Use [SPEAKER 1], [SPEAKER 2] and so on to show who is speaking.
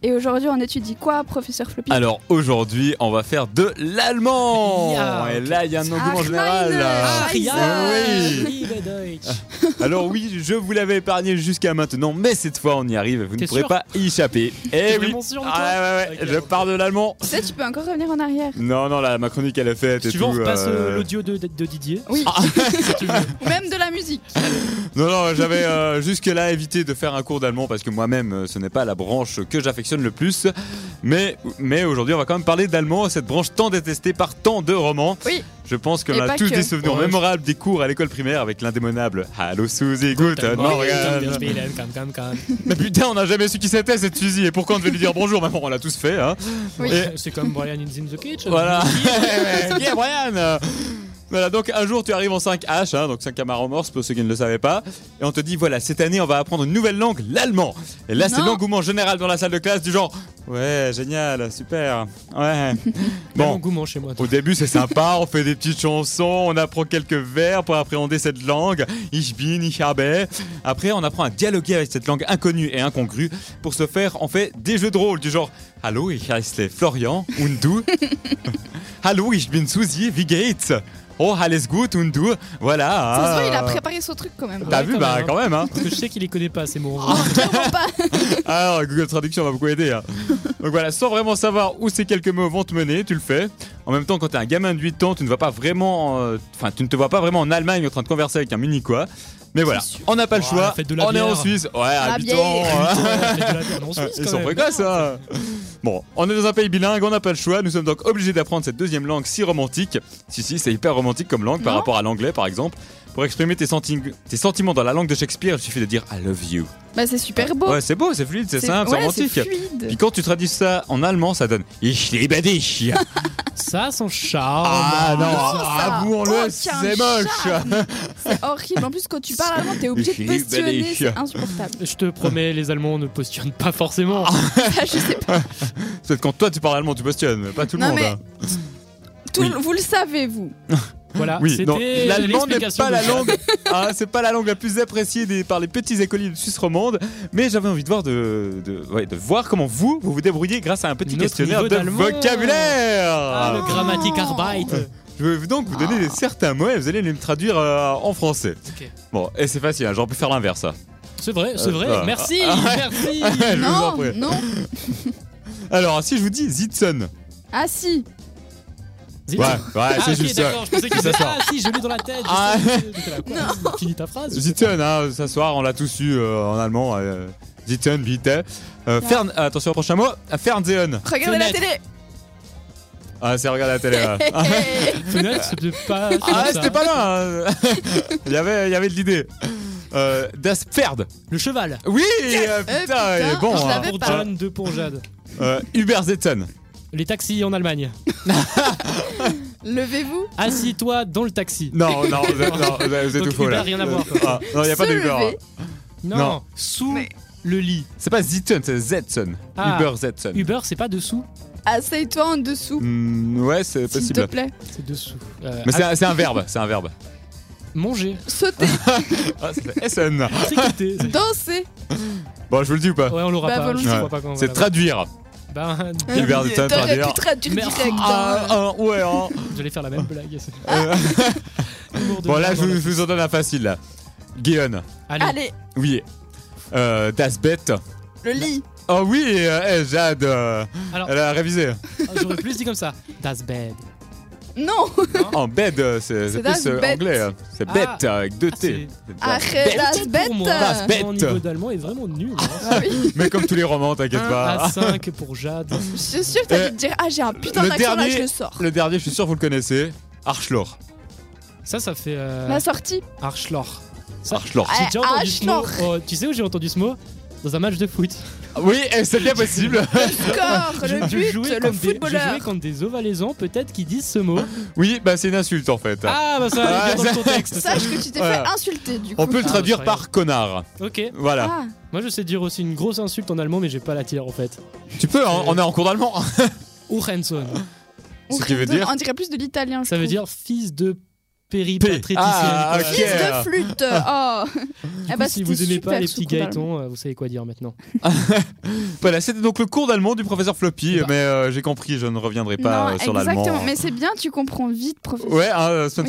[SPEAKER 1] Et aujourd'hui, on étudie quoi, professeur Floppy
[SPEAKER 2] Alors aujourd'hui, on va faire de l'allemand.
[SPEAKER 3] Ja.
[SPEAKER 2] Et là, il y a un engouement
[SPEAKER 1] Ah,
[SPEAKER 2] général.
[SPEAKER 1] Ryan.
[SPEAKER 3] Ariane
[SPEAKER 2] Ah, oui.
[SPEAKER 3] Liebe Deutsch.
[SPEAKER 2] Ah, Alors oui, je vous l'avais épargné jusqu'à maintenant, mais cette fois, on y arrive. Vous ne
[SPEAKER 3] T'es
[SPEAKER 2] pourrez
[SPEAKER 3] sûr
[SPEAKER 2] pas y échapper. Eh
[SPEAKER 3] T'es
[SPEAKER 2] oui.
[SPEAKER 3] vraiment sûr de toi
[SPEAKER 2] Ah ouais, ouais,
[SPEAKER 3] Ok,
[SPEAKER 2] je
[SPEAKER 3] ok.
[SPEAKER 2] parle de l'allemand.
[SPEAKER 1] Tu sais, tu peux encore revenir en arrière.
[SPEAKER 2] Non, non, là, ma chronique, elle est faite. et
[SPEAKER 3] Si tu veux, on
[SPEAKER 2] tout,
[SPEAKER 3] repasse
[SPEAKER 2] euh,
[SPEAKER 3] euh, l'audio de, de Didier.
[SPEAKER 1] Oui.
[SPEAKER 2] Ah.
[SPEAKER 1] Ou même de la musique.
[SPEAKER 2] Non, non, j'avais euh, jusque-là évité de faire un cours d'allemand parce que moi-même, euh, ce n'est pas la branche que j'affectionne le plus. Mais, mais aujourd'hui, on va quand même parler d'allemand, cette branche tant détestée par tant de romans.
[SPEAKER 1] Oui.
[SPEAKER 2] Je pense qu'on
[SPEAKER 1] Et
[SPEAKER 2] a
[SPEAKER 1] pas
[SPEAKER 2] tous
[SPEAKER 1] que.
[SPEAKER 2] des souvenirs
[SPEAKER 3] Ouais.
[SPEAKER 2] mémorables des cours à l'école primaire avec l'indémonable Hallo Susie, guten Morgen. Mais putain, on n'a jamais su qui c'était cette Suzy et pourquoi on devait lui dire bonjour. Maintenant, on l'a tous fait. Hein.
[SPEAKER 1] Oui.
[SPEAKER 2] Et-
[SPEAKER 3] C'est comme Brian in the Kitchen.
[SPEAKER 2] voilà. Bien, Brian Voilà, donc un jour tu arrives en 5H, hein, donc 5 camarades morse pour ceux qui ne le savaient pas, et on te dit voilà, cette année on va apprendre une nouvelle langue, l'allemand. Et là c'est
[SPEAKER 1] Non.
[SPEAKER 2] l'engouement général dans la salle de classe du genre ouais, génial, super, ouais.
[SPEAKER 3] Bon.
[SPEAKER 2] bon,
[SPEAKER 3] engouement chez moi. toi.
[SPEAKER 2] au début c'est sympa, on fait des petites chansons, on apprend quelques vers pour appréhender cette langue, ich bin, ich habe. Après on apprend à dialoguer avec cette langue inconnue et incongrue. Pour ce faire, on fait des jeux de rôle du genre Hallo, ich heiße Florian und du. Hallo, ich bin Susi, wie geht's? Oh, alles gut und du. Voilà.
[SPEAKER 1] Ça se voit,
[SPEAKER 2] hein.
[SPEAKER 1] il a préparé son truc quand même.
[SPEAKER 2] T'as
[SPEAKER 3] Ouais,
[SPEAKER 2] vu,
[SPEAKER 3] quand
[SPEAKER 2] bah
[SPEAKER 3] même, hein.
[SPEAKER 2] quand même, hein.
[SPEAKER 3] Parce que je sais qu'il les connaît pas, ces mots.
[SPEAKER 1] Clairement pas.
[SPEAKER 2] Alors, Ah, Google Traduction va beaucoup aider. hein. Donc voilà, sans vraiment savoir où ces quelques mots vont te mener, tu le fais. En même temps, quand t'es un gamin de 8 ans, tu ne vas pas vraiment. euh, Enfin, tu ne te vois pas vraiment en Allemagne en train de converser avec un mini quoi. Mais voilà,
[SPEAKER 3] sûr.
[SPEAKER 2] on n'a pas le
[SPEAKER 3] Oh,
[SPEAKER 2] choix.
[SPEAKER 3] faites de la
[SPEAKER 2] on est en
[SPEAKER 3] bière.
[SPEAKER 2] Suisse. Ouais, à
[SPEAKER 1] La
[SPEAKER 2] 8
[SPEAKER 1] bière.
[SPEAKER 2] ans. hein. Ah, Ils
[SPEAKER 3] Ils
[SPEAKER 2] sont précoces, hein. Bon, on est dans un pays bilingue, on n'a pas le choix. Nous sommes donc obligés d'apprendre cette deuxième langue si romantique. Si, si, c'est hyper romantique comme langue par
[SPEAKER 1] Non.
[SPEAKER 2] rapport à l'anglais, par exemple. Pour exprimer tes, senti- tes sentiments dans la langue de Shakespeare, il suffit de dire I love you.
[SPEAKER 1] Bah, c'est super beau.
[SPEAKER 2] Ouais, c'est beau, c'est fluide, c'est simple, c'est
[SPEAKER 1] ouais, c'est
[SPEAKER 2] romantique. Puis
[SPEAKER 1] fluide.
[SPEAKER 2] quand tu traduis ça en allemand, ça donne Ich liebe dich.
[SPEAKER 3] Ça, son charme.
[SPEAKER 2] Ah non,
[SPEAKER 1] ça a
[SPEAKER 2] avouons-le,
[SPEAKER 1] aucun
[SPEAKER 2] c'est moche.
[SPEAKER 1] charme. C'est horrible. En plus, quand tu parles allemand, t'es obligé de
[SPEAKER 2] J'ai eu
[SPEAKER 1] questionner.
[SPEAKER 2] des
[SPEAKER 1] C'est insupportable.
[SPEAKER 3] Je te promets, les Allemands ne postillonnent pas forcément.
[SPEAKER 2] Ah.
[SPEAKER 1] Ça, je sais pas.
[SPEAKER 2] Peut-être quand toi tu parles allemand, tu postionnes, pas tout le
[SPEAKER 1] Non,
[SPEAKER 2] monde.
[SPEAKER 1] mais-
[SPEAKER 2] hein.
[SPEAKER 1] Tout-
[SPEAKER 2] Oui.
[SPEAKER 1] Vous le savez, vous.
[SPEAKER 3] Voilà,
[SPEAKER 2] Oui, non,
[SPEAKER 3] Ah, c'était
[SPEAKER 2] l'allemand n'est
[SPEAKER 3] l'explication
[SPEAKER 2] pas
[SPEAKER 3] de
[SPEAKER 2] la
[SPEAKER 3] Charles.
[SPEAKER 2] langue, hein, c'est pas la langue la plus appréciée des, par les petits écoliers de Suisse romande. Mais j'avais envie de voir de, de, ouais, de voir comment vous vous vous débrouillez grâce à un petit
[SPEAKER 3] Notre
[SPEAKER 2] questionnaire
[SPEAKER 3] niveau
[SPEAKER 2] de
[SPEAKER 3] d'allemand.
[SPEAKER 2] vocabulaire.
[SPEAKER 3] Ah, le grammatique Arbeit.
[SPEAKER 2] Je vais donc vous donner des- certains mots et vous allez les me traduire euh, en français.
[SPEAKER 3] Ok.
[SPEAKER 2] Bon, et c'est facile, hein, j'aurais pu faire l'inverse. hein.
[SPEAKER 3] C'est vrai, c'est
[SPEAKER 2] Euh,
[SPEAKER 3] vrai.
[SPEAKER 2] ah.
[SPEAKER 3] merci,
[SPEAKER 2] Ah, ouais.
[SPEAKER 3] merci.
[SPEAKER 2] Je vous en
[SPEAKER 1] Non,
[SPEAKER 2] prie.
[SPEAKER 1] non.
[SPEAKER 2] Alors, si je vous dis Zitzen,
[SPEAKER 1] Ah, si.
[SPEAKER 3] Zip.
[SPEAKER 2] ouais, ouais,
[SPEAKER 3] Ah,
[SPEAKER 2] c'est
[SPEAKER 3] ok,
[SPEAKER 2] juste ça.
[SPEAKER 3] d'accord, je pensais que
[SPEAKER 2] Ça
[SPEAKER 3] c'était
[SPEAKER 2] sort.
[SPEAKER 3] Ah si, je l'ai dans la tête. je
[SPEAKER 2] Ah.
[SPEAKER 3] sais, j'étais là, quoi Finis ta phrase. je sais pas.
[SPEAKER 2] Zitzen, hein, s'asseoir, on l'a tous eu euh, en allemand. euh, Zitzen, vite. Euh, Fern- attention au prochain mot, Fernsehen.
[SPEAKER 1] Regardez la
[SPEAKER 3] Fenêtre.
[SPEAKER 1] télé.
[SPEAKER 2] Ah, c'est regarder la télé. ouais.
[SPEAKER 3] Fenêtre, c'était pas.
[SPEAKER 2] Ah,
[SPEAKER 3] ça.
[SPEAKER 2] c'était pas là. hein. il, y avait, il y avait de l'idée. Euh, das Pferd.
[SPEAKER 3] Le cheval.
[SPEAKER 2] Oui, euh,
[SPEAKER 1] Eh,
[SPEAKER 2] putain,
[SPEAKER 1] putain,
[SPEAKER 2] il est bon.
[SPEAKER 1] je
[SPEAKER 2] hein.
[SPEAKER 1] l'avais
[SPEAKER 3] Pour
[SPEAKER 1] pas.
[SPEAKER 3] John, deux pour Jade.
[SPEAKER 2] Euh, Uber Zetzen.
[SPEAKER 3] Les taxis en Allemagne.
[SPEAKER 1] Levez-vous.
[SPEAKER 3] Assis-toi dans le taxi.
[SPEAKER 2] Non, non, vous êtes, non, vous êtes
[SPEAKER 3] Donc
[SPEAKER 2] tout faux
[SPEAKER 3] Uber,
[SPEAKER 2] là.
[SPEAKER 3] rien à voir,
[SPEAKER 2] Ah, non, il n'y a pas
[SPEAKER 1] Se
[SPEAKER 2] d'Uber.
[SPEAKER 1] lever.
[SPEAKER 3] Non,
[SPEAKER 2] Non.
[SPEAKER 3] sous
[SPEAKER 1] Mais-
[SPEAKER 3] le lit.
[SPEAKER 2] C'est pas Zitzen, c'est Zetzen.
[SPEAKER 3] Ah.
[SPEAKER 2] Uber Zetzen.
[SPEAKER 3] Uber, c'est pas dessous,
[SPEAKER 1] Asseye-toi en dessous.
[SPEAKER 2] Hmm, ouais, c'est
[SPEAKER 1] S'il te
[SPEAKER 2] possible.
[SPEAKER 1] plaît.
[SPEAKER 3] c'est dessous. Euh,
[SPEAKER 2] Mais c'est
[SPEAKER 3] ah,
[SPEAKER 2] un, c'est un verbe, c'est un verbe.
[SPEAKER 3] Manger.
[SPEAKER 1] Sauter,
[SPEAKER 2] Ah, c'est Essen.
[SPEAKER 3] C'est quitté. c'est-
[SPEAKER 1] danser.
[SPEAKER 2] Bon, je vous le dis ou pas
[SPEAKER 3] Ouais, on l'aura
[SPEAKER 1] Bah,
[SPEAKER 3] pas. Je
[SPEAKER 1] volontiers.
[SPEAKER 3] vois pas comment on
[SPEAKER 2] C'est
[SPEAKER 3] va
[SPEAKER 2] traduire.
[SPEAKER 3] l'avoir. Bah,
[SPEAKER 2] Bien. Hubert de Tain,
[SPEAKER 1] T'aurais
[SPEAKER 2] par
[SPEAKER 1] pu traduire
[SPEAKER 3] Merde.
[SPEAKER 1] direct.
[SPEAKER 2] Ah,
[SPEAKER 1] hein.
[SPEAKER 2] ah, ouais, hein.
[SPEAKER 3] j'allais faire la même blague.
[SPEAKER 2] Euh,
[SPEAKER 3] Humour de
[SPEAKER 2] bon, là,
[SPEAKER 3] merde,
[SPEAKER 2] je vous,
[SPEAKER 3] voilà.
[SPEAKER 2] je vous en donne un facile. Là. Guéon.
[SPEAKER 3] Allez.
[SPEAKER 1] Allez,
[SPEAKER 2] Oui. Euh, das Bett.
[SPEAKER 1] le lit.
[SPEAKER 2] Oh oui, euh, eh, Jade. euh,
[SPEAKER 3] Alors-
[SPEAKER 2] elle a révisé.
[SPEAKER 3] Ah, J'aurais plus dit comme ça. Das Bed.
[SPEAKER 1] Non,
[SPEAKER 2] En bed, euh, c'est c'est
[SPEAKER 1] das
[SPEAKER 2] plus euh,
[SPEAKER 1] Bett.
[SPEAKER 2] anglais. hein. C'est
[SPEAKER 3] Ah.
[SPEAKER 2] bête avec deux T.
[SPEAKER 1] arrête,
[SPEAKER 2] Bête.
[SPEAKER 1] das bête.
[SPEAKER 3] Pour moi,
[SPEAKER 2] Das Bett. Ah,
[SPEAKER 3] Mon niveau d'allemand est vraiment nul. hein.
[SPEAKER 2] Mais comme tous les romans, t'inquiète
[SPEAKER 3] Un
[SPEAKER 2] pas.
[SPEAKER 3] à 5 pour Jade.
[SPEAKER 1] Je suis sûre que t'allais
[SPEAKER 2] Euh,
[SPEAKER 1] te dire Ah, j'ai un putain
[SPEAKER 2] le
[SPEAKER 1] d'accent là,
[SPEAKER 2] dernier-
[SPEAKER 1] je le sors.
[SPEAKER 2] Le dernier, je suis sûr que vous le connaissez. Archlor.
[SPEAKER 3] Ça, ça fait euh,
[SPEAKER 1] La sortie.
[SPEAKER 3] Arschloch. Ça,
[SPEAKER 2] Archlor.
[SPEAKER 1] Ah,
[SPEAKER 3] J'ai déjà entendu ce mot.
[SPEAKER 1] Arschloch.
[SPEAKER 3] Oh, tu sais où j'ai entendu ce mot Dans un match de foot.
[SPEAKER 2] Oui, eh, c'est bien possible.
[SPEAKER 1] Corps,
[SPEAKER 3] Je-
[SPEAKER 1] le
[SPEAKER 3] je
[SPEAKER 1] but,
[SPEAKER 3] jouais
[SPEAKER 1] le
[SPEAKER 3] contre des- Je
[SPEAKER 1] footballeur.
[SPEAKER 3] jouais contre des ovalaisans, peut-être, qui disent ce mot.
[SPEAKER 2] Oui, bah c'est une insulte en fait.
[SPEAKER 3] Ah, bah ça va aller
[SPEAKER 2] Ah,
[SPEAKER 3] bien
[SPEAKER 2] ça-
[SPEAKER 3] dans le contexte. ça.
[SPEAKER 1] Sache que tu t'es
[SPEAKER 2] Voilà.
[SPEAKER 1] fait insulter du coup.
[SPEAKER 2] On peut le
[SPEAKER 3] Ah,
[SPEAKER 2] traduire
[SPEAKER 3] c'est
[SPEAKER 2] par connard.
[SPEAKER 3] Ok.
[SPEAKER 2] Voilà.
[SPEAKER 1] Ah,
[SPEAKER 3] Moi, je sais dire aussi une grosse insulte en allemand, mais j'ai pas la tire en fait.
[SPEAKER 2] Tu peux, hein, on est en cours d'allemand.
[SPEAKER 3] Uhrensohn.
[SPEAKER 2] Ce
[SPEAKER 1] on
[SPEAKER 2] qui veut
[SPEAKER 1] redonne-
[SPEAKER 2] dire-
[SPEAKER 1] On dirait plus de l'italien. je
[SPEAKER 3] Ça veut
[SPEAKER 1] trouve.
[SPEAKER 3] dire fils de péripatéticienne.
[SPEAKER 2] Ah,
[SPEAKER 3] quoi.
[SPEAKER 2] ok.
[SPEAKER 1] Fils de flûte Oh
[SPEAKER 3] Du
[SPEAKER 1] Ah
[SPEAKER 3] coup,
[SPEAKER 1] bah,
[SPEAKER 3] si vous
[SPEAKER 1] c'était
[SPEAKER 3] aimez pas
[SPEAKER 1] super
[SPEAKER 3] les
[SPEAKER 1] sous
[SPEAKER 3] petits
[SPEAKER 1] comparé.
[SPEAKER 3] Gaëtans, euh, vous savez quoi dire maintenant.
[SPEAKER 2] Voilà, c'était donc le cours d'allemand du professeur Floppy,
[SPEAKER 3] Eh ben.
[SPEAKER 2] mais euh, j'ai compris, je ne reviendrai pas
[SPEAKER 1] Non,
[SPEAKER 2] euh, sur
[SPEAKER 1] exactement.
[SPEAKER 2] l'allemand.
[SPEAKER 1] Mais c'est bien, tu comprends vite, professeur.
[SPEAKER 2] Ouais, hein, la semaine
[SPEAKER 1] Oui.